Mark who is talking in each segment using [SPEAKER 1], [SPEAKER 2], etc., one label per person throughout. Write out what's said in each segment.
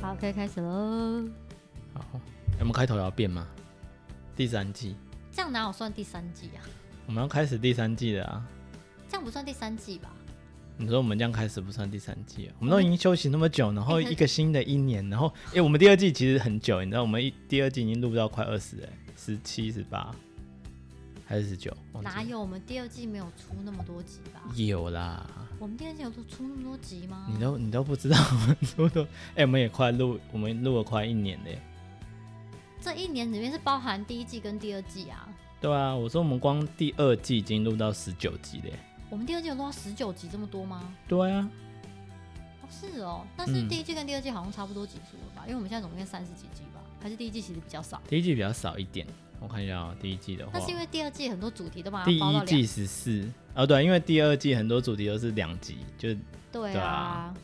[SPEAKER 1] 好，可以开始喽。
[SPEAKER 2] 好，我们开头要变吗？第三季，
[SPEAKER 1] 这样哪有算第三季啊？
[SPEAKER 2] 我们要开始第三季了啊！
[SPEAKER 1] 这样不算第三季吧？
[SPEAKER 2] 你说我们这样开始不算第三季啊？我们都已经休息那么久，然后一个新的一年，然后哎、诶我们第二季其实很久，你知道我们一第二季已经录到快二十哎，十七、十八还是十九？忘记
[SPEAKER 1] 哪有？我们第二季没有出那么多集吧？
[SPEAKER 2] 有啦？
[SPEAKER 1] 我们第二季有出那么多集吗？
[SPEAKER 2] 你都你都不知道我们录的哎、我们也快录，我们录了快一年嘞。
[SPEAKER 1] 这一年里面是包含第一季跟第二季啊。
[SPEAKER 2] 对啊，我说我们光第二季已经录到十九集嘞。
[SPEAKER 1] 我们第二季有录到十九集这么多吗？
[SPEAKER 2] 对啊，
[SPEAKER 1] 哦，是哦。但是
[SPEAKER 2] 嗯
[SPEAKER 1] 第一季跟第二季好像差不多集数了吧？因为我们现在总共三十几集吧？还是第一季其实比较少？
[SPEAKER 2] 第一季比较少一点，我看一下、哦，第一季的话，
[SPEAKER 1] 那是因为第二季很多主题都把它
[SPEAKER 2] 第
[SPEAKER 1] 包到
[SPEAKER 2] 一
[SPEAKER 1] 两
[SPEAKER 2] 季十四哦，对，因为第二季很多主题都是两集，就是
[SPEAKER 1] 对
[SPEAKER 2] 对
[SPEAKER 1] 啊
[SPEAKER 2] 啊，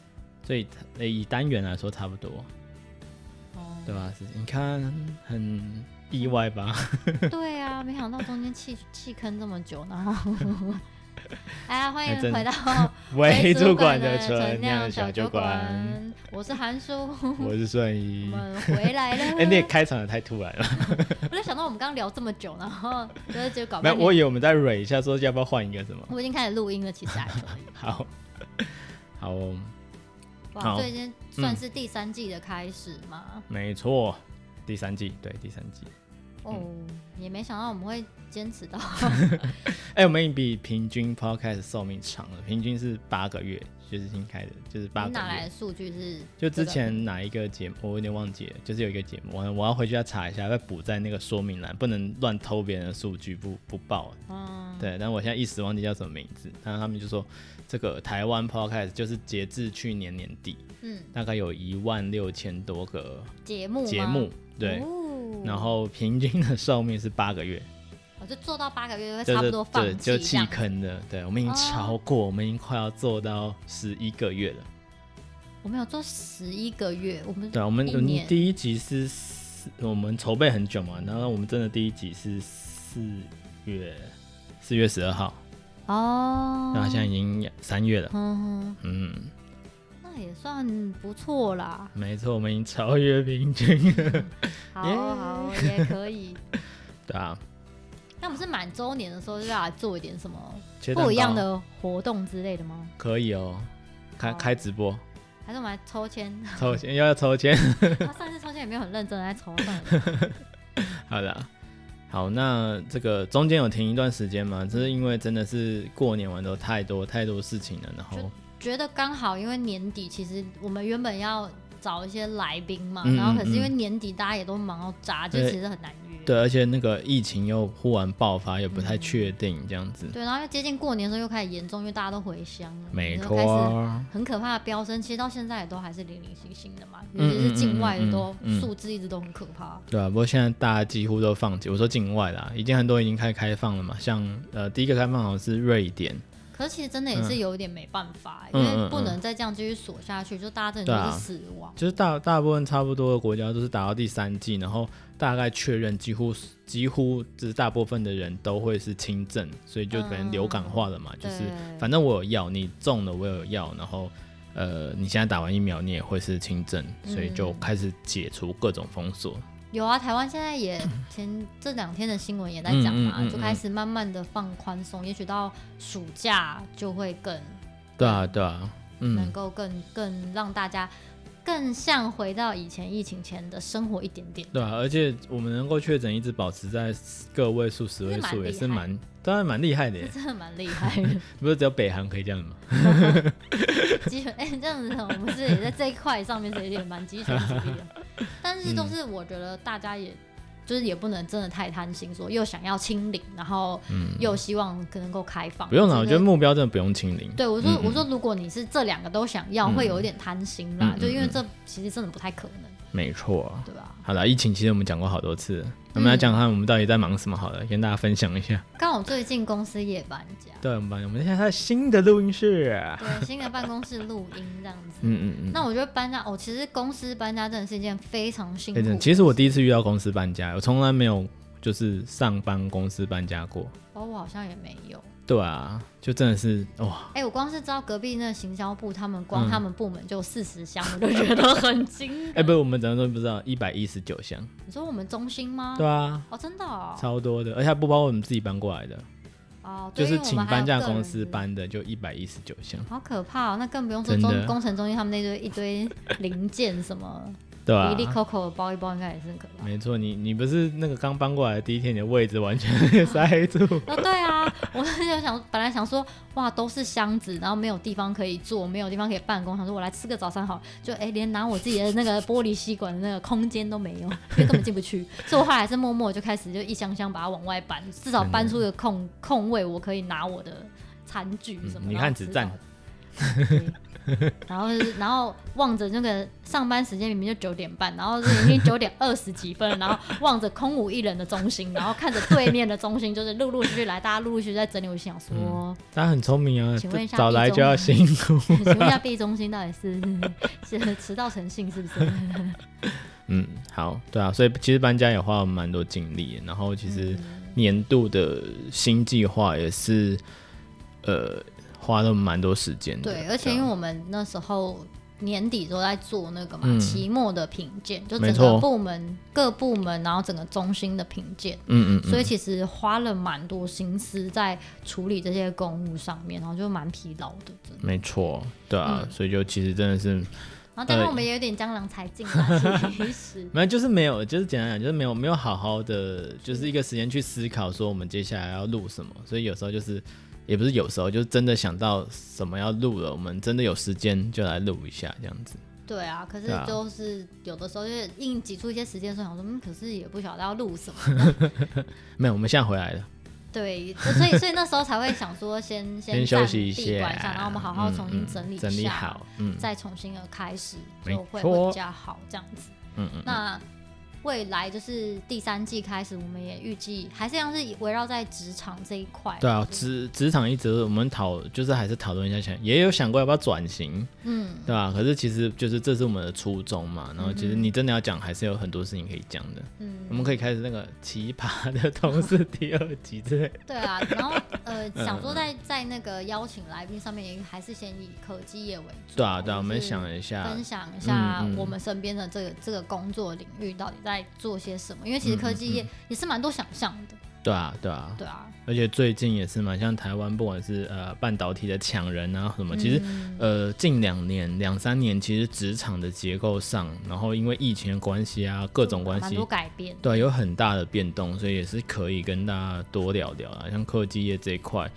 [SPEAKER 2] 所以呃以单元来说差不多，
[SPEAKER 1] 哦
[SPEAKER 2] 对吧？是你看很意外吧？
[SPEAKER 1] 对啊，没想到中间弃弃坑这么久，然 后 哎呀，欢
[SPEAKER 2] 还真
[SPEAKER 1] 迎回到
[SPEAKER 2] 喂，主
[SPEAKER 1] 主
[SPEAKER 2] 管
[SPEAKER 1] 的
[SPEAKER 2] 纯酿
[SPEAKER 1] 小
[SPEAKER 2] 酒馆，，
[SPEAKER 1] 我是韩叔， 我
[SPEAKER 2] 我是顺一。
[SPEAKER 1] 们回来了。
[SPEAKER 2] 哎，那个开场也太突然了，
[SPEAKER 1] 我就想到我们刚刚聊这么久，然后就是就 搞
[SPEAKER 2] 没有，
[SPEAKER 1] 半
[SPEAKER 2] 我
[SPEAKER 1] 天。
[SPEAKER 2] 以为我们再蕊一下，说要不要换一个什么？
[SPEAKER 1] 我已经开始录音了，其实还可 以。
[SPEAKER 2] 好，好哦，
[SPEAKER 1] 哇，
[SPEAKER 2] 好嗯
[SPEAKER 1] 这已经算是第三季的开始嘛？
[SPEAKER 2] 没错，第三季，对，第三季。嗯
[SPEAKER 1] 哦，也没想到我们会坚持到
[SPEAKER 2] 哎、我们已经比平均 podcast 寿命长了，平均是八个月，就是新开的，就是八
[SPEAKER 1] 你
[SPEAKER 2] 个
[SPEAKER 1] 哪来
[SPEAKER 2] 月
[SPEAKER 1] 的。数据是？
[SPEAKER 2] 就之前哪一个节目，我有点忘记了，就是有一个节目，我我要回去要查一下，要补在那个说明栏，不能乱偷别人的数据不不报。
[SPEAKER 1] 嗯，
[SPEAKER 2] 对，但我现在一时忘记叫什么名字，但他们就说这个台湾 podcast 就是截至去年年底，
[SPEAKER 1] 嗯，
[SPEAKER 2] 大概有一万六千多个
[SPEAKER 1] 节目吗
[SPEAKER 2] 节目，对，
[SPEAKER 1] 哦
[SPEAKER 2] 然后平均的寿命是八 个月。
[SPEAKER 1] 我就做到八个月
[SPEAKER 2] 就
[SPEAKER 1] 会差
[SPEAKER 2] 是
[SPEAKER 1] 不多放
[SPEAKER 2] 对，
[SPEAKER 1] 弃
[SPEAKER 2] 就
[SPEAKER 1] 这
[SPEAKER 2] 弃
[SPEAKER 1] 样
[SPEAKER 2] 坑的。对，我们已经超过，我们已经快要做到十一个月了。
[SPEAKER 1] 我们有做十一个月，我们
[SPEAKER 2] 对，我们
[SPEAKER 1] 一
[SPEAKER 2] 我们
[SPEAKER 1] 年
[SPEAKER 2] 第一集是四我们筹备很久嘛，然后我们真的第一集是四月四月十二号，
[SPEAKER 1] 哦，
[SPEAKER 2] 然后现在已经三月了。
[SPEAKER 1] 嗯，
[SPEAKER 2] 嗯，
[SPEAKER 1] 那也算不错啦。
[SPEAKER 2] 没错，我们已经超越平均了。
[SPEAKER 1] 好
[SPEAKER 2] 耶
[SPEAKER 1] 好也可 以。
[SPEAKER 2] 对啊，
[SPEAKER 1] 那我们是满周年的时候就要来做一点什么
[SPEAKER 2] 切蛋糕
[SPEAKER 1] 不一样的活动之类的吗？
[SPEAKER 2] 可以哦，开
[SPEAKER 1] 好
[SPEAKER 2] 开 直播
[SPEAKER 1] 还是我们来抽签？
[SPEAKER 2] 抽签，要要抽签。
[SPEAKER 1] 他上次抽签也没有很认真地在抽，算了
[SPEAKER 2] 好啦，好，那这个中间有停一段时间嘛，就是因为真的是过年完之后太多太多事情了，然后
[SPEAKER 1] 觉得刚好，因为年底其实我们原本要找一些来宾嘛，
[SPEAKER 2] 嗯
[SPEAKER 1] 然后可是
[SPEAKER 2] 嗯
[SPEAKER 1] 因为年底大家也都忙到炸，就
[SPEAKER 2] 对
[SPEAKER 1] 其实很难约。
[SPEAKER 2] 对，而且那个疫情又忽然爆发，也不太确定这样子，
[SPEAKER 1] 对，然后又接近过年的时候又开始严重，因为大家都回乡了，
[SPEAKER 2] 没
[SPEAKER 1] 然后开始
[SPEAKER 2] 错，
[SPEAKER 1] 很可怕的飙升，其实到现在也都还是零零星星的嘛，尤
[SPEAKER 2] 嗯
[SPEAKER 1] 其是境外的都
[SPEAKER 2] 嗯嗯嗯嗯
[SPEAKER 1] 数字一直都很可怕。
[SPEAKER 2] 对啊，不过现在大家几乎都放弃，我说境外啦，已经很多已经开开放了嘛，像呃第一个开放好像是瑞典，
[SPEAKER 1] 可是其实真的也是有一点没办法、
[SPEAKER 2] 嗯
[SPEAKER 1] 因为不能再这样继续锁下去，就大家真的就是死亡。
[SPEAKER 2] 就是大大部分差不多的国家都是打到第三季，然后大概确认几乎几乎就是大部分的人都会是轻症，所以就可能流感化了嘛，啊就
[SPEAKER 1] 嗯对
[SPEAKER 2] 是反正我有药，你中了我有药，然后呃你现在打完疫苗你也会是轻症，所以
[SPEAKER 1] 嗯
[SPEAKER 2] 就开始解除各种封锁。
[SPEAKER 1] 有啊，台湾现在也前这两天的新闻也在讲嘛，
[SPEAKER 2] 嗯嗯嗯嗯
[SPEAKER 1] 就开始慢慢的放宽松，也许到暑假就会更
[SPEAKER 2] 对啊，对啊，
[SPEAKER 1] 能
[SPEAKER 2] 嗯，
[SPEAKER 1] 够更更让大家更像回到以前疫情前的生活一点点。
[SPEAKER 2] 对啊，而且我们能够确诊一直保持在个位数、十位数，也是蛮当然蛮厉害的耶
[SPEAKER 1] 这， 真的蛮厉害的，
[SPEAKER 2] 不是只有北韩可以这样吗？
[SPEAKER 1] 基本哎、这样子，我们是也在这一块上面是有点蛮基 础主义的，但是
[SPEAKER 2] 嗯
[SPEAKER 1] 都是我觉得大家也。就是也不能真的太贪心，说又想要清零，然后又希望能够开放。
[SPEAKER 2] 嗯不用啦，
[SPEAKER 1] 真
[SPEAKER 2] 我
[SPEAKER 1] 的
[SPEAKER 2] 觉得目标真的不用清零。
[SPEAKER 1] 对我说
[SPEAKER 2] 嗯嗯
[SPEAKER 1] 我说，如果你是这两个都想要，
[SPEAKER 2] 嗯
[SPEAKER 1] 会有一点贪心啦
[SPEAKER 2] 嗯，嗯
[SPEAKER 1] 就因为这其实真的不太可能，
[SPEAKER 2] 没错。啊
[SPEAKER 1] 对吧？
[SPEAKER 2] 好了，疫情其实我们讲过好多次了，我
[SPEAKER 1] 嗯
[SPEAKER 2] 们来讲看我们到底在忙什么好了，跟大家分享一下。
[SPEAKER 1] 刚好最近公司也搬家，
[SPEAKER 2] 对，我们把我们现在在新的录音室，
[SPEAKER 1] 对，新的办公室录音这样子。
[SPEAKER 2] 嗯嗯嗯。
[SPEAKER 1] 那我觉得搬家，哦，其实公司搬家真的是一件非常辛
[SPEAKER 2] 哎
[SPEAKER 1] 苦。
[SPEAKER 2] 其实我第一次遇到公司搬家，我从来没有就是上班公司搬家过？
[SPEAKER 1] 哦，我好像也没有。
[SPEAKER 2] 对啊，就真的是哇，
[SPEAKER 1] 哎、我光是知道隔壁那行销部，他们
[SPEAKER 2] 嗯
[SPEAKER 1] 光他们部门就四十箱，我就觉得很惊。
[SPEAKER 2] 哎、不是我们怎么都不知道一百一十九箱，
[SPEAKER 1] 你说我们中心吗？
[SPEAKER 2] 对啊，
[SPEAKER 1] 哦，真的哦，
[SPEAKER 2] 超多的，而且还不包括我们自己搬过来的，
[SPEAKER 1] 哦，
[SPEAKER 2] 就
[SPEAKER 1] 对
[SPEAKER 2] 是
[SPEAKER 1] 因为我
[SPEAKER 2] 请
[SPEAKER 1] 们还有
[SPEAKER 2] 搬家
[SPEAKER 1] 个人
[SPEAKER 2] 公司
[SPEAKER 1] 日
[SPEAKER 2] 搬的就一百一十九 箱，
[SPEAKER 1] 好可怕哦！那更不用说
[SPEAKER 2] 真的
[SPEAKER 1] 中工程中心他们那堆一堆零件什么，
[SPEAKER 2] 对
[SPEAKER 1] 一粒
[SPEAKER 2] 啊。
[SPEAKER 1] Coco 包一包，应该也是很可怕。
[SPEAKER 2] 没错，你你不是那个刚搬过来的第一天，你的位置完全 塞住，
[SPEAKER 1] 哦，对啊，我就想，本来想说，哇，都是箱子，然后没有地方可以坐，没有地方可以办公，想说我来吃个早餐好了，就哎，连拿我自己的那个玻璃吸管的那个空间都没有，因为根本进不去，所以我后来还是默默就开始就一箱箱把它往外搬，至少搬出一个空空位，我可以拿我的餐具什么。
[SPEAKER 2] 嗯你
[SPEAKER 1] 然后
[SPEAKER 2] 看只
[SPEAKER 1] 吃
[SPEAKER 2] 占
[SPEAKER 1] 早对然后就是，然后望着那个上班时间明明就九点半，然后是已经九点二十几分了，然后望着空无一人的中心，然后看着对面的中心，就是陆陆续续来，大家陆陆续续在整理。我心想说，
[SPEAKER 2] 他很聪明啊
[SPEAKER 1] 请问一，下
[SPEAKER 2] 早来就要辛苦。
[SPEAKER 1] 请问一下 B 中心到底是是迟到成性是不是？
[SPEAKER 2] 嗯，好，对啊，所以其实搬家也花了蛮多精力，然后其实
[SPEAKER 1] 嗯
[SPEAKER 2] 年度的新计划也是，呃，花了蛮多时间的。
[SPEAKER 1] 对，而且
[SPEAKER 2] 对啊
[SPEAKER 1] 因为我们那时候年底都在做那个嘛、
[SPEAKER 2] 嗯
[SPEAKER 1] 期末的评鉴，就
[SPEAKER 2] 没
[SPEAKER 1] 整
[SPEAKER 2] 错
[SPEAKER 1] 个部门各部门，然后整个中心的评鉴。
[SPEAKER 2] 嗯嗯嗯，
[SPEAKER 1] 所以其实花了蛮多心思在处理这些公务上面，然后就蛮疲劳的，真的。
[SPEAKER 2] 没错，对啊，
[SPEAKER 1] 嗯
[SPEAKER 2] 所以就其实真的是，
[SPEAKER 1] 然后当然我们也有点江郎才尽啦，其 实。
[SPEAKER 2] 没有就是没有，就是简单讲，就是没有没有好好的，就是一个时间去思考说我们接下来要录什么，所以有时候就是。也不是有时候，就是真的想到什么要录了，我们真的有时间就来录一下这样子。
[SPEAKER 1] 对啊，可是
[SPEAKER 2] 对啊
[SPEAKER 1] 就是有的时候就是硬挤出一些时间，说想说，嗯，可是也不晓得要录什么。
[SPEAKER 2] 没有，我们现在回来了。
[SPEAKER 1] 对，所以所以那时候才会想说 先，
[SPEAKER 2] 先休
[SPEAKER 1] 暂
[SPEAKER 2] 息一
[SPEAKER 1] 闭
[SPEAKER 2] 下，
[SPEAKER 1] 关然后我们好好重新
[SPEAKER 2] 嗯
[SPEAKER 1] 整理一下，
[SPEAKER 2] 整理好，嗯
[SPEAKER 1] 再重新的开始，
[SPEAKER 2] 没
[SPEAKER 1] 就会
[SPEAKER 2] 错
[SPEAKER 1] 会比较好这样子。
[SPEAKER 2] 嗯嗯，
[SPEAKER 1] 那未来就是第三季开始，我们也预计还是像是围绕在职场这一块。
[SPEAKER 2] 对啊，职职场一直我们讨就是还是讨论一下，想也有想过要不要转型，
[SPEAKER 1] 嗯，
[SPEAKER 2] 对吧、可是其实就是这是我们的初衷嘛，然后其实你真的要讲，还是有很多事情可以讲的。
[SPEAKER 1] 嗯
[SPEAKER 2] 我们可以开始那个奇葩的同事第二集之类，
[SPEAKER 1] 对啊。然后呃，想
[SPEAKER 2] 嗯
[SPEAKER 1] 说在在那个邀请来宾上面，也还是先以科技业为主。
[SPEAKER 2] 对啊对
[SPEAKER 1] 就
[SPEAKER 2] 啊，
[SPEAKER 1] 是
[SPEAKER 2] 我们想了一下
[SPEAKER 1] 分，享一下
[SPEAKER 2] 嗯嗯
[SPEAKER 1] 我们身边的这个、这个工作领域到底在做些什么，因为
[SPEAKER 2] 嗯
[SPEAKER 1] 其实科技业也是蛮多想象的，
[SPEAKER 2] 对啊对啊，
[SPEAKER 1] 对啊。
[SPEAKER 2] 而且最近也是嘛，像台湾不管是呃半导体的抢人啊什么，其实、呃近两年两三年，其实职场的结构上，然后因为疫情的关系啊，各种关
[SPEAKER 1] 蛮
[SPEAKER 2] 系
[SPEAKER 1] 多，改变。
[SPEAKER 2] 对，有很大的变动，所以也是可以跟大家多聊聊啊。像科技业这一块，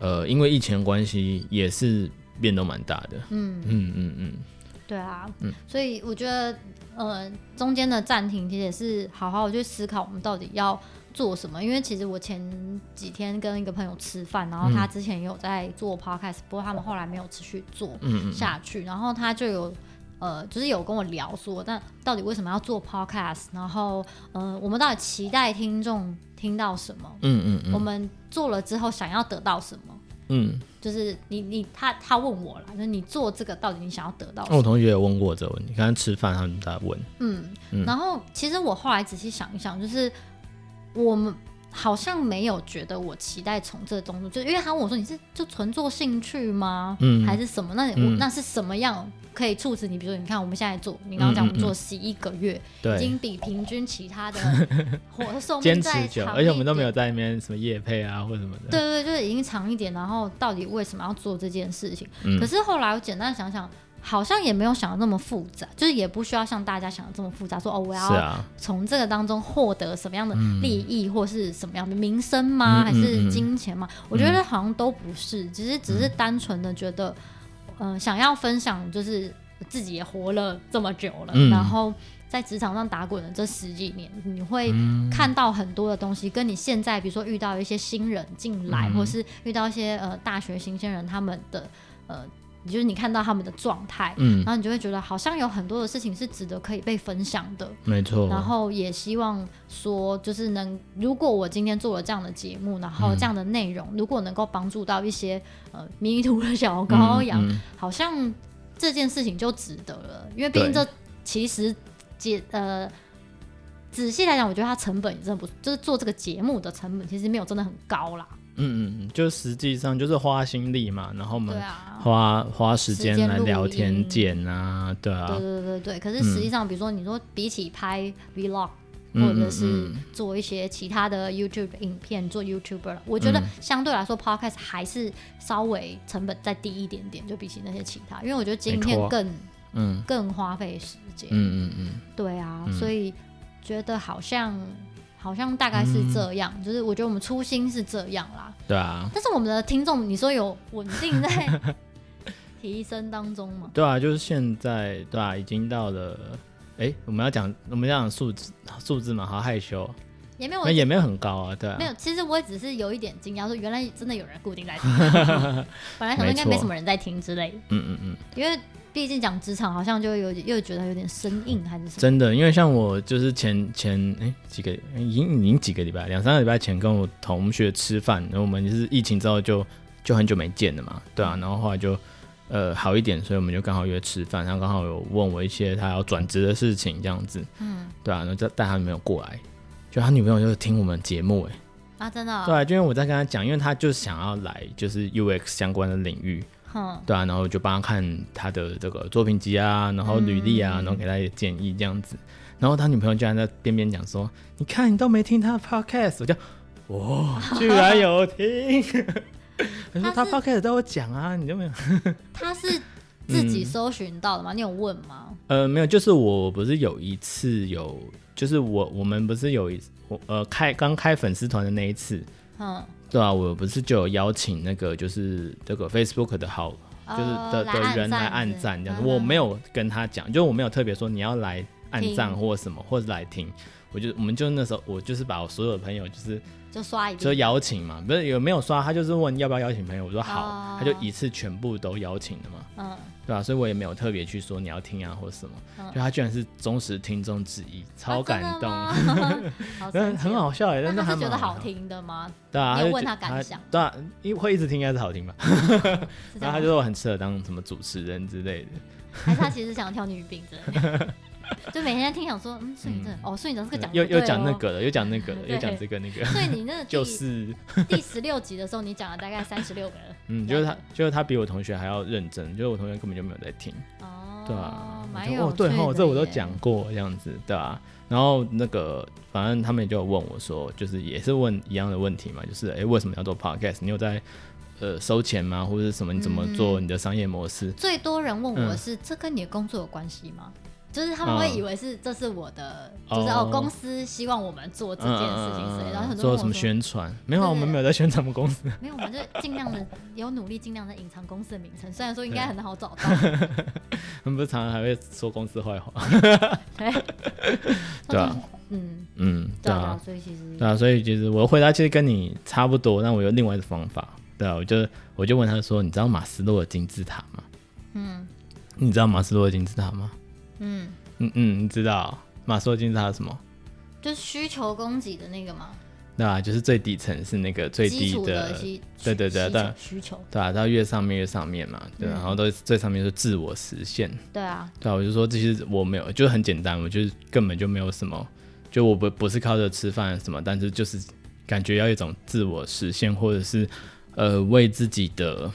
[SPEAKER 2] 呃，因为疫情的关系也是变动蛮大的。嗯嗯嗯嗯，
[SPEAKER 1] 对啊，所以我觉得，呃，中间的暂停其实也是好好去思考我们到底要做什么。因为其实我前几天跟一个朋友吃饭，
[SPEAKER 2] 嗯
[SPEAKER 1] 然后他之前也有在做 podcast，、不过他们后来没有持续做
[SPEAKER 2] 嗯
[SPEAKER 1] 下去，然后他就有。呃，就是有跟我聊说，那到底为什么要做 podcast？然后，呃，我们到底期待听众听到什么？
[SPEAKER 2] 嗯嗯嗯
[SPEAKER 1] 我们做了之后想要得到什么？
[SPEAKER 2] 嗯。
[SPEAKER 1] 就是你你他他问我了，就是你做这个到底你想要得到什
[SPEAKER 2] 那
[SPEAKER 1] 么？
[SPEAKER 2] 我同学也问过我这个问题，刚刚吃饭他们在问。
[SPEAKER 1] 嗯，然后其实我后来仔细想一想，就是我们好像没有觉得我期待从这中就因为他问我说你是就纯做兴趣吗？
[SPEAKER 2] 嗯
[SPEAKER 1] 还是什么？那你、
[SPEAKER 2] 嗯
[SPEAKER 1] 我那是什么样可以促使你？比如说，你看我们现在做，你刚刚讲我
[SPEAKER 2] 嗯
[SPEAKER 1] 们做十一个月，已
[SPEAKER 2] 对，
[SPEAKER 1] 经比平均其他 的活寿
[SPEAKER 2] 坚
[SPEAKER 1] 命
[SPEAKER 2] 持
[SPEAKER 1] 再
[SPEAKER 2] 久，
[SPEAKER 1] 长
[SPEAKER 2] 而且我们
[SPEAKER 1] 一
[SPEAKER 2] 都没
[SPEAKER 1] 点
[SPEAKER 2] 有在那边什么夜配啊或什么的。
[SPEAKER 1] 对对，对就是已经长一点，然后到底为什么要做这件事情？
[SPEAKER 2] 嗯
[SPEAKER 1] 可是后来我简单想想，好像也没有想的那么复杂，就是也不需要像大家想的这么复杂，说哦，我
[SPEAKER 2] 是
[SPEAKER 1] 要
[SPEAKER 2] 啊，
[SPEAKER 1] 从这个当中获得什么样的利益，或是什么样的名声吗？
[SPEAKER 2] 嗯嗯嗯嗯
[SPEAKER 1] 还是金钱吗？我觉得好像都不是，只是只是单纯的觉得，嗯、想要分享，就是自己也活了这么久了，
[SPEAKER 2] 嗯
[SPEAKER 1] 然后。在职场上打滚的这十几年，你会
[SPEAKER 2] 嗯
[SPEAKER 1] 看到很多的东西，跟你现在比如说遇到一些新人进
[SPEAKER 2] 嗯
[SPEAKER 1] 来，或是遇到一些呃大学新鲜人他们的呃，就是你看到他们的状态，
[SPEAKER 2] 嗯
[SPEAKER 1] 然，后你就会觉得好像有很多的事情是值得可以被分享的。
[SPEAKER 2] 没错。
[SPEAKER 1] 然后也希望说，就是能，如果我今天做了这样的节目，然
[SPEAKER 2] 嗯
[SPEAKER 1] 后这样的内容，如果能够帮助到一些呃迷途的小羔羊，
[SPEAKER 2] 嗯
[SPEAKER 1] 好像这件事情就值得了，因为毕竟
[SPEAKER 2] 对
[SPEAKER 1] 这其实解呃仔细来讲，我觉得它成本也真的不，就是做这个节目的成本其实没有真的很高啦。
[SPEAKER 2] 嗯嗯嗯，就实际上就是花心力嘛，然后我
[SPEAKER 1] 对
[SPEAKER 2] 们
[SPEAKER 1] 啊，
[SPEAKER 2] 花、花时
[SPEAKER 1] 时间
[SPEAKER 2] 间来
[SPEAKER 1] 录
[SPEAKER 2] 聊天
[SPEAKER 1] 音
[SPEAKER 2] 剪啊，对啊，嗯
[SPEAKER 1] 对对对对。可是实际上，比如说你说比起拍 vlog，、或者是
[SPEAKER 2] 嗯嗯
[SPEAKER 1] 做一些其他的 YouTube 影片做 YouTuber，我
[SPEAKER 2] 嗯
[SPEAKER 1] 觉得相对来说 Podcast 还是稍微成本再低一点点，就比起那些其他，因为我觉得剪
[SPEAKER 2] 没错
[SPEAKER 1] 片
[SPEAKER 2] 啊
[SPEAKER 1] 更
[SPEAKER 2] 嗯
[SPEAKER 1] 更花费时间。
[SPEAKER 2] 嗯嗯嗯
[SPEAKER 1] 对啊，所以觉得好像好像大概是这样，就是我觉得我们初心是这样啦。
[SPEAKER 2] 嗯，对啊，
[SPEAKER 1] 但是我们的听众，你说有稳定在 提升当中吗？
[SPEAKER 2] 对啊，就是现在对啊，已经到了。哎，我们要讲我们要讲数字数字嘛，好害羞，
[SPEAKER 1] 也没有
[SPEAKER 2] 那，也没有很高啊，对啊，
[SPEAKER 1] 没有。其实我只是有一点惊讶，说原来真的有人固定在听， 本来想说应该
[SPEAKER 2] 没错
[SPEAKER 1] 没什么人在听之类的，
[SPEAKER 2] 嗯嗯嗯，
[SPEAKER 1] 因为毕竟讲职场好像就有点又觉得有点生硬还是什么。
[SPEAKER 2] 真的，因为像我就是前前哎几个已经已经几个礼拜，两三个礼拜前跟我同学吃饭，然后我们就是疫情之后就就很久没见了嘛，对啊，然后后来就呃好一点，所以我们就刚好约吃饭，他刚好有问我一些他要转职的事情这样子，嗯，对啊，然后就带他女朋友过来，就他女朋友就听我们节目哎、
[SPEAKER 1] 啊，真的
[SPEAKER 2] 对
[SPEAKER 1] 哦，
[SPEAKER 2] 啊，就因为我在跟他讲，因为他就想要来就是 UX 相关的领域，
[SPEAKER 1] 哼，
[SPEAKER 2] 对啊，然后就帮他看他的这个作品集啊，然后履历啊，然后给他一些建议这样子。然后他女朋友居然在边边讲说：“你看你都没听他的 podcast。”我就哇、居然有听！ 他说他
[SPEAKER 1] 他是
[SPEAKER 2] podcast 都有讲啊，你就没有？
[SPEAKER 1] 他是自己搜寻到的吗？你有问吗？
[SPEAKER 2] 呃，没有，就是我不是有一次有，就是我我们不是有一我呃开刚开粉丝团的那一次，
[SPEAKER 1] 嗯，
[SPEAKER 2] 对啊，我不是就有邀请那个就是这个 Facebook 的好就是
[SPEAKER 1] 哦
[SPEAKER 2] 的的人来
[SPEAKER 1] 按
[SPEAKER 2] 按
[SPEAKER 1] 赞嗯
[SPEAKER 2] 赞这样
[SPEAKER 1] 是
[SPEAKER 2] 子，
[SPEAKER 1] 不是
[SPEAKER 2] 我没有跟他讲，就是我没有特别说你要来按赞
[SPEAKER 1] 听
[SPEAKER 2] 或什么，或者来听。我就我们就那时候我就是把我所有的朋友就是
[SPEAKER 1] 嗯就刷一
[SPEAKER 2] 就
[SPEAKER 1] 遍。
[SPEAKER 2] 邀请嘛，不是有没有刷，他就是问要不要邀请朋友，我说好，
[SPEAKER 1] 哦
[SPEAKER 2] 他就一次全部都邀请了嘛，
[SPEAKER 1] 嗯，
[SPEAKER 2] 对吧、所以我也没有特别去说你要听啊或什么，
[SPEAKER 1] 嗯
[SPEAKER 2] 就他居然是忠实听众之一，超感动，
[SPEAKER 1] 啊真的吗好神
[SPEAKER 2] 嗯，
[SPEAKER 1] 奇
[SPEAKER 2] 很
[SPEAKER 1] 哦。
[SPEAKER 2] 好笑哎、欸，
[SPEAKER 1] 那
[SPEAKER 2] 但
[SPEAKER 1] 他
[SPEAKER 2] 还
[SPEAKER 1] 是觉
[SPEAKER 2] 蛮
[SPEAKER 1] 得
[SPEAKER 2] 好
[SPEAKER 1] 好
[SPEAKER 2] 笑，
[SPEAKER 1] 听的吗？
[SPEAKER 2] 对啊，
[SPEAKER 1] 你
[SPEAKER 2] 就
[SPEAKER 1] 有问
[SPEAKER 2] 觉
[SPEAKER 1] 他感想，
[SPEAKER 2] 对啊，因为会一直听应该是好听吧，
[SPEAKER 1] 是这
[SPEAKER 2] 然
[SPEAKER 1] 样
[SPEAKER 2] 后
[SPEAKER 1] 吗
[SPEAKER 2] 他就说我很适合当什么主持人之类的。
[SPEAKER 1] 还是他其实想挑女兵之类 的？就每天听想说，嗯，顺宇真的，哦，顺宇长这个讲
[SPEAKER 2] 嗯又
[SPEAKER 1] 得对
[SPEAKER 2] 又讲那
[SPEAKER 1] 哦。
[SPEAKER 2] 个了，又讲那个了，
[SPEAKER 1] 对
[SPEAKER 2] 又讲这个那个，
[SPEAKER 1] 所以你那个第
[SPEAKER 2] 就是
[SPEAKER 1] 第十六集的时候，你讲了大概三十六个人。
[SPEAKER 2] 嗯，就是他，就是他比我同学还要认真，就是我同学根本就没有在听，
[SPEAKER 1] 哦，
[SPEAKER 2] 对啊，
[SPEAKER 1] 蛮
[SPEAKER 2] 我就
[SPEAKER 1] 有
[SPEAKER 2] 哦，对
[SPEAKER 1] 趣
[SPEAKER 2] 哦，
[SPEAKER 1] 的
[SPEAKER 2] 这我都
[SPEAKER 1] 耶
[SPEAKER 2] 讲过这样子，对啊。然后那个，反正他们也就有问我说，就是也是问一样的问题嘛，就是哎，诶为什么要做 podcast？你有在呃收钱吗，或者是什么？你怎么
[SPEAKER 1] 嗯
[SPEAKER 2] 做你的商业模式？
[SPEAKER 1] 最多人问我
[SPEAKER 2] 嗯
[SPEAKER 1] 是、这跟你的工作有关系吗？就是他们会
[SPEAKER 2] 嗯
[SPEAKER 1] 以为是这是我的，就是哦
[SPEAKER 2] 哦
[SPEAKER 1] 公司希望我们做这件
[SPEAKER 2] 嗯
[SPEAKER 1] 事情，所以然后很多人
[SPEAKER 2] 做
[SPEAKER 1] 问我
[SPEAKER 2] 什么
[SPEAKER 1] 说
[SPEAKER 2] 宣传？没有啊，
[SPEAKER 1] 对
[SPEAKER 2] 我们没有在宣传我们公司。
[SPEAKER 1] 没有，我们就尽量的有努力，尽量的隐藏公司的名称，虽然说应该
[SPEAKER 2] 对
[SPEAKER 1] 很好找到，
[SPEAKER 2] 他们不是常常还会说公司坏话？
[SPEAKER 1] 对，
[SPEAKER 2] 对啊，
[SPEAKER 1] 嗯，
[SPEAKER 2] 嗯，
[SPEAKER 1] 对
[SPEAKER 2] 对
[SPEAKER 1] 啊，对啊，
[SPEAKER 2] 啊
[SPEAKER 1] 所以其实
[SPEAKER 2] 对啊，所以其实我的回答其实跟你差不多，但我有另外一个方法。对啊，我就我就问他说：“你知道马斯洛的金字塔吗？”
[SPEAKER 1] 嗯
[SPEAKER 2] 你知道马斯洛的金字塔吗？
[SPEAKER 1] 嗯，
[SPEAKER 2] 嗯嗯，你知道马斯洛金字塔是什么？
[SPEAKER 1] 就是需求供给的那个嘛，
[SPEAKER 2] 对啊，就是最底层是那个最
[SPEAKER 1] 基
[SPEAKER 2] 低
[SPEAKER 1] 础
[SPEAKER 2] 的，
[SPEAKER 1] 需
[SPEAKER 2] 对对对
[SPEAKER 1] 需
[SPEAKER 2] 对
[SPEAKER 1] 需求，
[SPEAKER 2] 对啊，到越上面越上面嘛，
[SPEAKER 1] 嗯
[SPEAKER 2] 对啊、然后到最上面是自我实现。
[SPEAKER 1] 对啊，
[SPEAKER 2] 对啊，我就说这些我没有，就很简单，我就是根本就没有什么，就我不不是靠着吃饭什么，但是就是感觉要一种自我实现，或者是呃为自己的，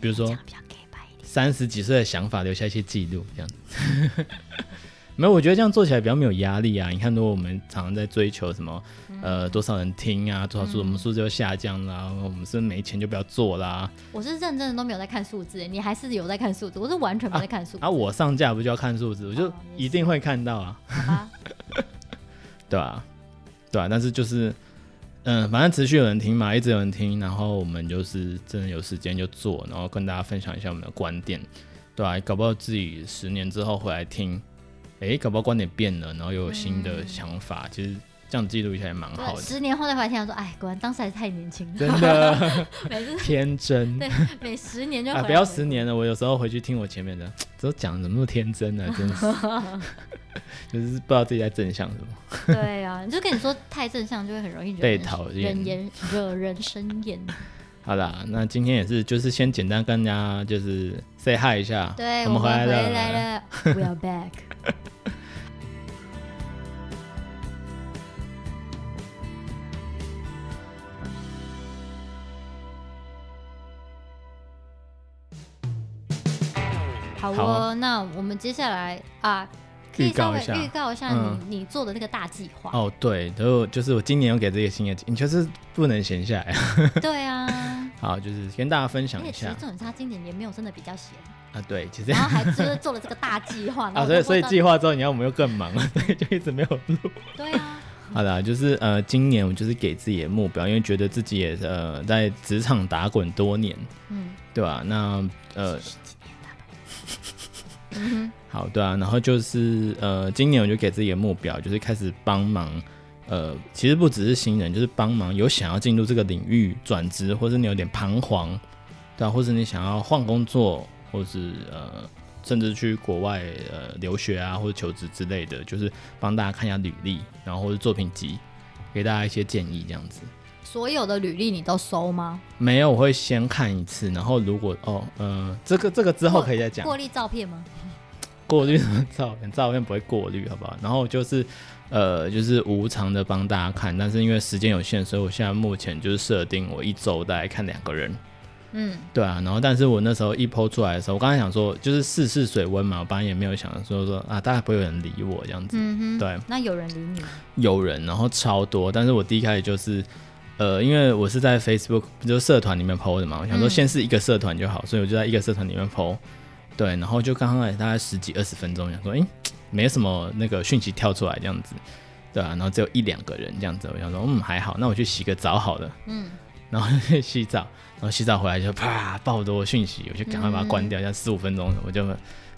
[SPEAKER 2] 比如说
[SPEAKER 1] 讲得比较 gay 白一点，
[SPEAKER 2] 三十几岁的想法留下一些记录，这样子。 没有，我觉得这样做起来比较没有压力啊。你看，如果我们常常在追求什么，呃，多少人听啊，多少数，我们数字就下降啦，我们是不是没钱就不要做啦。
[SPEAKER 1] 我是认真的都没有在看数字，你还是有在看数字，我是完全没在看数字，
[SPEAKER 2] 啊，我上架不就要看数字，我就
[SPEAKER 1] 哦也是
[SPEAKER 2] 一定会看到啊，
[SPEAKER 1] 好吧，
[SPEAKER 2] 对啊？对啊，但是就是，嗯、反正持续有人听嘛，一直有人听，然后我们就是真的有时间就做，然后跟大家分享一下我们的观点，对啊？搞不好自己十年之后回来听，诶，搞不好观点变了，然后又有新
[SPEAKER 1] 嗯
[SPEAKER 2] 的想法，其实这样记录一下也蛮好
[SPEAKER 1] 对，
[SPEAKER 2] 的，
[SPEAKER 1] 十年后再回来听，他说，哎，果然当时还是太年轻了，
[SPEAKER 2] 真 的
[SPEAKER 1] 每次
[SPEAKER 2] 天真。
[SPEAKER 1] 对每十年就回
[SPEAKER 2] 啊！
[SPEAKER 1] 来，
[SPEAKER 2] 不要十，年了，我有时候回去听我前面的，都讲得怎么那么天真呢、真 是，就是不知道自己在正向什么。
[SPEAKER 1] 对啊，就跟你说太正向就会很容易惹
[SPEAKER 2] 被
[SPEAKER 1] 人
[SPEAKER 2] 讨厌
[SPEAKER 1] 人言惹人生厌，
[SPEAKER 2] 好啦，那今天也是，就是先简单跟大家就是 say hi 一下，
[SPEAKER 1] 对，
[SPEAKER 2] 我
[SPEAKER 1] 们
[SPEAKER 2] 们
[SPEAKER 1] 回
[SPEAKER 2] 回 来了。
[SPEAKER 1] 来了，We are back。好
[SPEAKER 2] 好
[SPEAKER 1] 哦，那我们接下来啊，可以
[SPEAKER 2] 预
[SPEAKER 1] 稍
[SPEAKER 2] 告
[SPEAKER 1] 微
[SPEAKER 2] 一下
[SPEAKER 1] 预告一下你、
[SPEAKER 2] 嗯
[SPEAKER 1] 你做的那个大计划。
[SPEAKER 2] 哦，对，然后就是我今年有给自己新的，你就是不能闲下来。
[SPEAKER 1] 对啊，
[SPEAKER 2] 好，就是跟大家分
[SPEAKER 1] 而
[SPEAKER 2] 享
[SPEAKER 1] 且
[SPEAKER 2] 一
[SPEAKER 1] 其实
[SPEAKER 2] 下
[SPEAKER 1] 重点是他今年也没有真的比较 闲，
[SPEAKER 2] 啊，对，哎其实
[SPEAKER 1] 然后还就是做了这个大计划。然后
[SPEAKER 2] 啊，
[SPEAKER 1] 我就
[SPEAKER 2] 所以所以
[SPEAKER 1] 问到
[SPEAKER 2] 计划之后，你看我们又更忙了，所以就一直没有录。
[SPEAKER 1] 对啊，
[SPEAKER 2] 好啦，就是呃，今年我就是给自己的目标，因为觉得自己也呃在职场打滚多年，
[SPEAKER 1] 嗯，
[SPEAKER 2] 对吧、那呃，
[SPEAKER 1] 十几年大吧。嗯哼。
[SPEAKER 2] 好，对啊，然后就是呃，今年我就给自己的目标，就是开始帮忙。呃，其实不只是新人，就是帮忙有想要进入这个领域转职，或是你有点彷徨，对啊，或是你想要换工作，或是呃，甚至去国外呃留学啊，或者求职之类的，就是帮大家看一下履历，然后或是作品集，给大家一些建议这样子。
[SPEAKER 1] 所有的履历你都收吗？
[SPEAKER 2] 没有，我会先看一次，然后如果哦，呃，这个这个之后可以再讲。
[SPEAKER 1] 过滤照片吗？
[SPEAKER 2] 过滤什么照片？照片不会过滤，好不好？然后就是，呃，就是无偿的帮大家看，但是因为时间有限，所以我现在目前就是设定我一周大概看两个人，
[SPEAKER 1] 嗯，
[SPEAKER 2] 对啊。然后，但是我那时候一抛出来的时候，我刚才想说，就是试试水温嘛，我本来也没有想说说啊，大概不会有人理我这样子，
[SPEAKER 1] 嗯哼，
[SPEAKER 2] 对。
[SPEAKER 1] 那有人理你吗？
[SPEAKER 2] 有人，然后超多。但是我第一开始就是，呃，因为我是在 Facebook 就是社团里面 PO 的嘛，我想说
[SPEAKER 1] 嗯
[SPEAKER 2] 先是一个社团就好，所以我就在一个社团里面 PO。对，然后就刚开始大概十几二十分钟，想说，诶，没什么那个讯息跳出来这样子，对啊，然后只有一两个人这样子，我想说，嗯，还好，那我去洗个澡好了。
[SPEAKER 1] 嗯，
[SPEAKER 2] 然后去洗澡，然后洗澡回来就啪爆多讯息，我就赶快把它关
[SPEAKER 1] 嗯
[SPEAKER 2] 掉，这样十五分钟，我就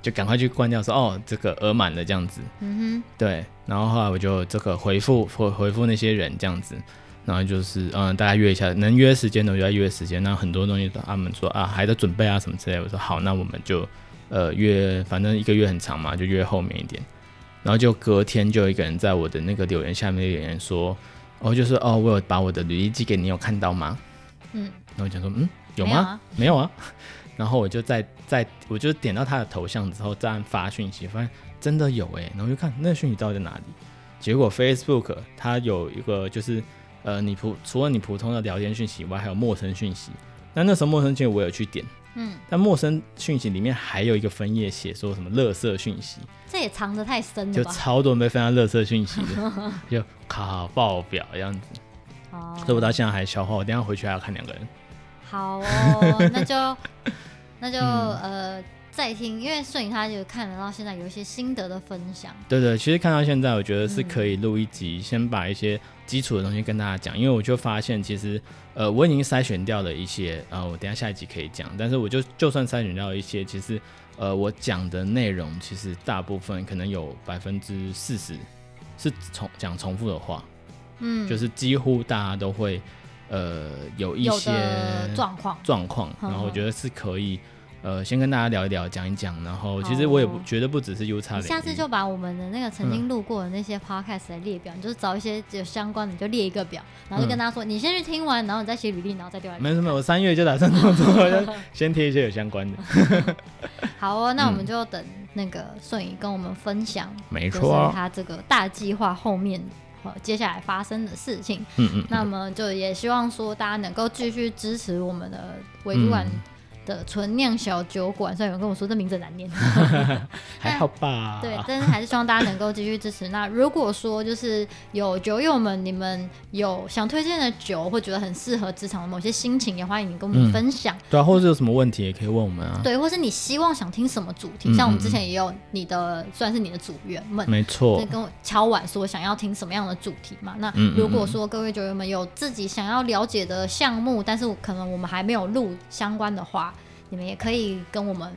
[SPEAKER 2] 就赶快去关掉说，哦，这个额满了这样子。
[SPEAKER 1] 嗯
[SPEAKER 2] 对，然后后来我就这个回复回回复那些人这样子，然后就是嗯，大家约一下，能约时间的我就要约时间。那很多东西都他们说啊还在准备啊什么之类的，我说好，那我们就呃约，反正一个月很长嘛，就约后面一点。然后就隔天就有一个人在我的那个留言下面留言说，哦，就是哦，我有把我的履历寄给你，你有看到吗？
[SPEAKER 1] 哼，嗯，
[SPEAKER 2] 然后我讲说，嗯，有
[SPEAKER 1] 没有
[SPEAKER 2] 吗？
[SPEAKER 1] 啊
[SPEAKER 2] 没有啊。 然后我就在在，我就点到他的头像之后，再按发讯息，发现真的有哎、然后就看那讯息到底在哪里。结果 Facebook 它有一个就是，呃，你普除了你普通的聊天讯息以外，还有陌生讯息。那那时候陌生讯息我有去点，
[SPEAKER 1] 嗯，
[SPEAKER 2] 但陌生讯息里面还有一个分页写说什么垃圾讯息，
[SPEAKER 1] 这也藏得太深
[SPEAKER 2] 就
[SPEAKER 1] 了吧？
[SPEAKER 2] 超多人被分到垃圾讯息 的，就卡爆表这样子。
[SPEAKER 1] 哦
[SPEAKER 2] 所以我到现在还消化，我等一下回去还要看两个人。
[SPEAKER 1] 好哦，那 就那就
[SPEAKER 2] 嗯
[SPEAKER 1] 呃再听，因为摄影他就看得到现在有一些心得的分享，
[SPEAKER 2] 对对，其实看到现在，我觉得是可以录一集，先把一些基础的东西跟大家讲，因为我就发现其实，呃，我已经筛选掉了一些，呃，我等一下下一集可以讲，但是我就就算筛选掉一些，其实，呃，我讲的内容其实大部分可能有百分之四十是重讲重复的话，
[SPEAKER 1] 嗯，
[SPEAKER 2] 就是几乎大家都会，呃，有一
[SPEAKER 1] 有
[SPEAKER 2] 些
[SPEAKER 1] 的状况，
[SPEAKER 2] 状况，然后我觉得是可以。呃，先跟大家聊一聊，讲一讲，然后其实我也不
[SPEAKER 1] 好
[SPEAKER 2] 觉得不只是 U 叉
[SPEAKER 1] 你
[SPEAKER 2] 的，
[SPEAKER 1] 下次就把我们的那个曾经录过的那些 podcast 来列表，你就是找一些有相关的，你就列一个表，然后
[SPEAKER 2] 嗯
[SPEAKER 1] 就跟他说，你先去听完，然后你再写履历，然后再丢来。
[SPEAKER 2] 没什么，我三月就打算这么做， 就先贴一些有相关的。
[SPEAKER 1] 好哦，那我们就等那个顺宇跟我们分享，
[SPEAKER 2] 嗯没
[SPEAKER 1] 就是他这个大计划后面。呃接下来发生的事情，
[SPEAKER 2] 嗯嗯，
[SPEAKER 1] 那么就也希望说大家能够继续支持我们的维都馆
[SPEAKER 2] 嗯
[SPEAKER 1] 的纯酿小酒馆。虽然有人跟我说这名字很 难念，
[SPEAKER 2] 还好吧。
[SPEAKER 1] 对，但是还是希望大家能够继续支持。那如果说就是有酒友们，你们有想推荐的酒，或觉得很适合职场的某些心情，也欢迎你跟我们
[SPEAKER 2] 嗯
[SPEAKER 1] 分享。
[SPEAKER 2] 对啊，或者有什么问题也可以问我们啊。
[SPEAKER 1] 对，或是你希望想听什么主题，
[SPEAKER 2] 嗯
[SPEAKER 1] 像我
[SPEAKER 2] 嗯
[SPEAKER 1] 们之
[SPEAKER 2] 嗯
[SPEAKER 1] 前也有你的，虽然是你的组员们。
[SPEAKER 2] 没错
[SPEAKER 1] 在，跟我敲碗说想要听什么样的主题嘛？那
[SPEAKER 2] 嗯嗯
[SPEAKER 1] 如果说各位酒友们有自己想要了解的项目，但是我可能我们还没有录相关的话，你们也可以跟我们，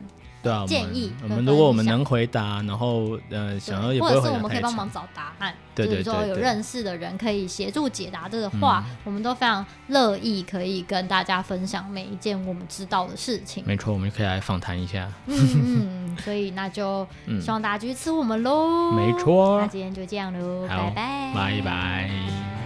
[SPEAKER 2] 对啊，我们
[SPEAKER 1] 建议
[SPEAKER 2] 我
[SPEAKER 1] 跟
[SPEAKER 2] 们
[SPEAKER 1] 分
[SPEAKER 2] 如果我们
[SPEAKER 1] 享
[SPEAKER 2] 能回答，然后呃，想要也不
[SPEAKER 1] 或
[SPEAKER 2] 会
[SPEAKER 1] 者是
[SPEAKER 2] 回
[SPEAKER 1] 我
[SPEAKER 2] 答
[SPEAKER 1] 们可以
[SPEAKER 2] 太
[SPEAKER 1] 帮忙
[SPEAKER 2] 长。
[SPEAKER 1] 找答案。
[SPEAKER 2] 对对
[SPEAKER 1] 就是说
[SPEAKER 2] 对
[SPEAKER 1] 有
[SPEAKER 2] 对嗯
[SPEAKER 1] 认识的人可以协助解答这个话，我们都非常乐意可以跟大家分享每一件我们知道的事情。
[SPEAKER 2] 没错，我们可以来访谈一下。
[SPEAKER 1] 嗯嗯，所以那就
[SPEAKER 2] 嗯
[SPEAKER 1] 希望大家继续吃我们喽。
[SPEAKER 2] 没错
[SPEAKER 1] 那今天就这样喽，
[SPEAKER 2] 好
[SPEAKER 1] 嗯拜拜，
[SPEAKER 2] 拜拜。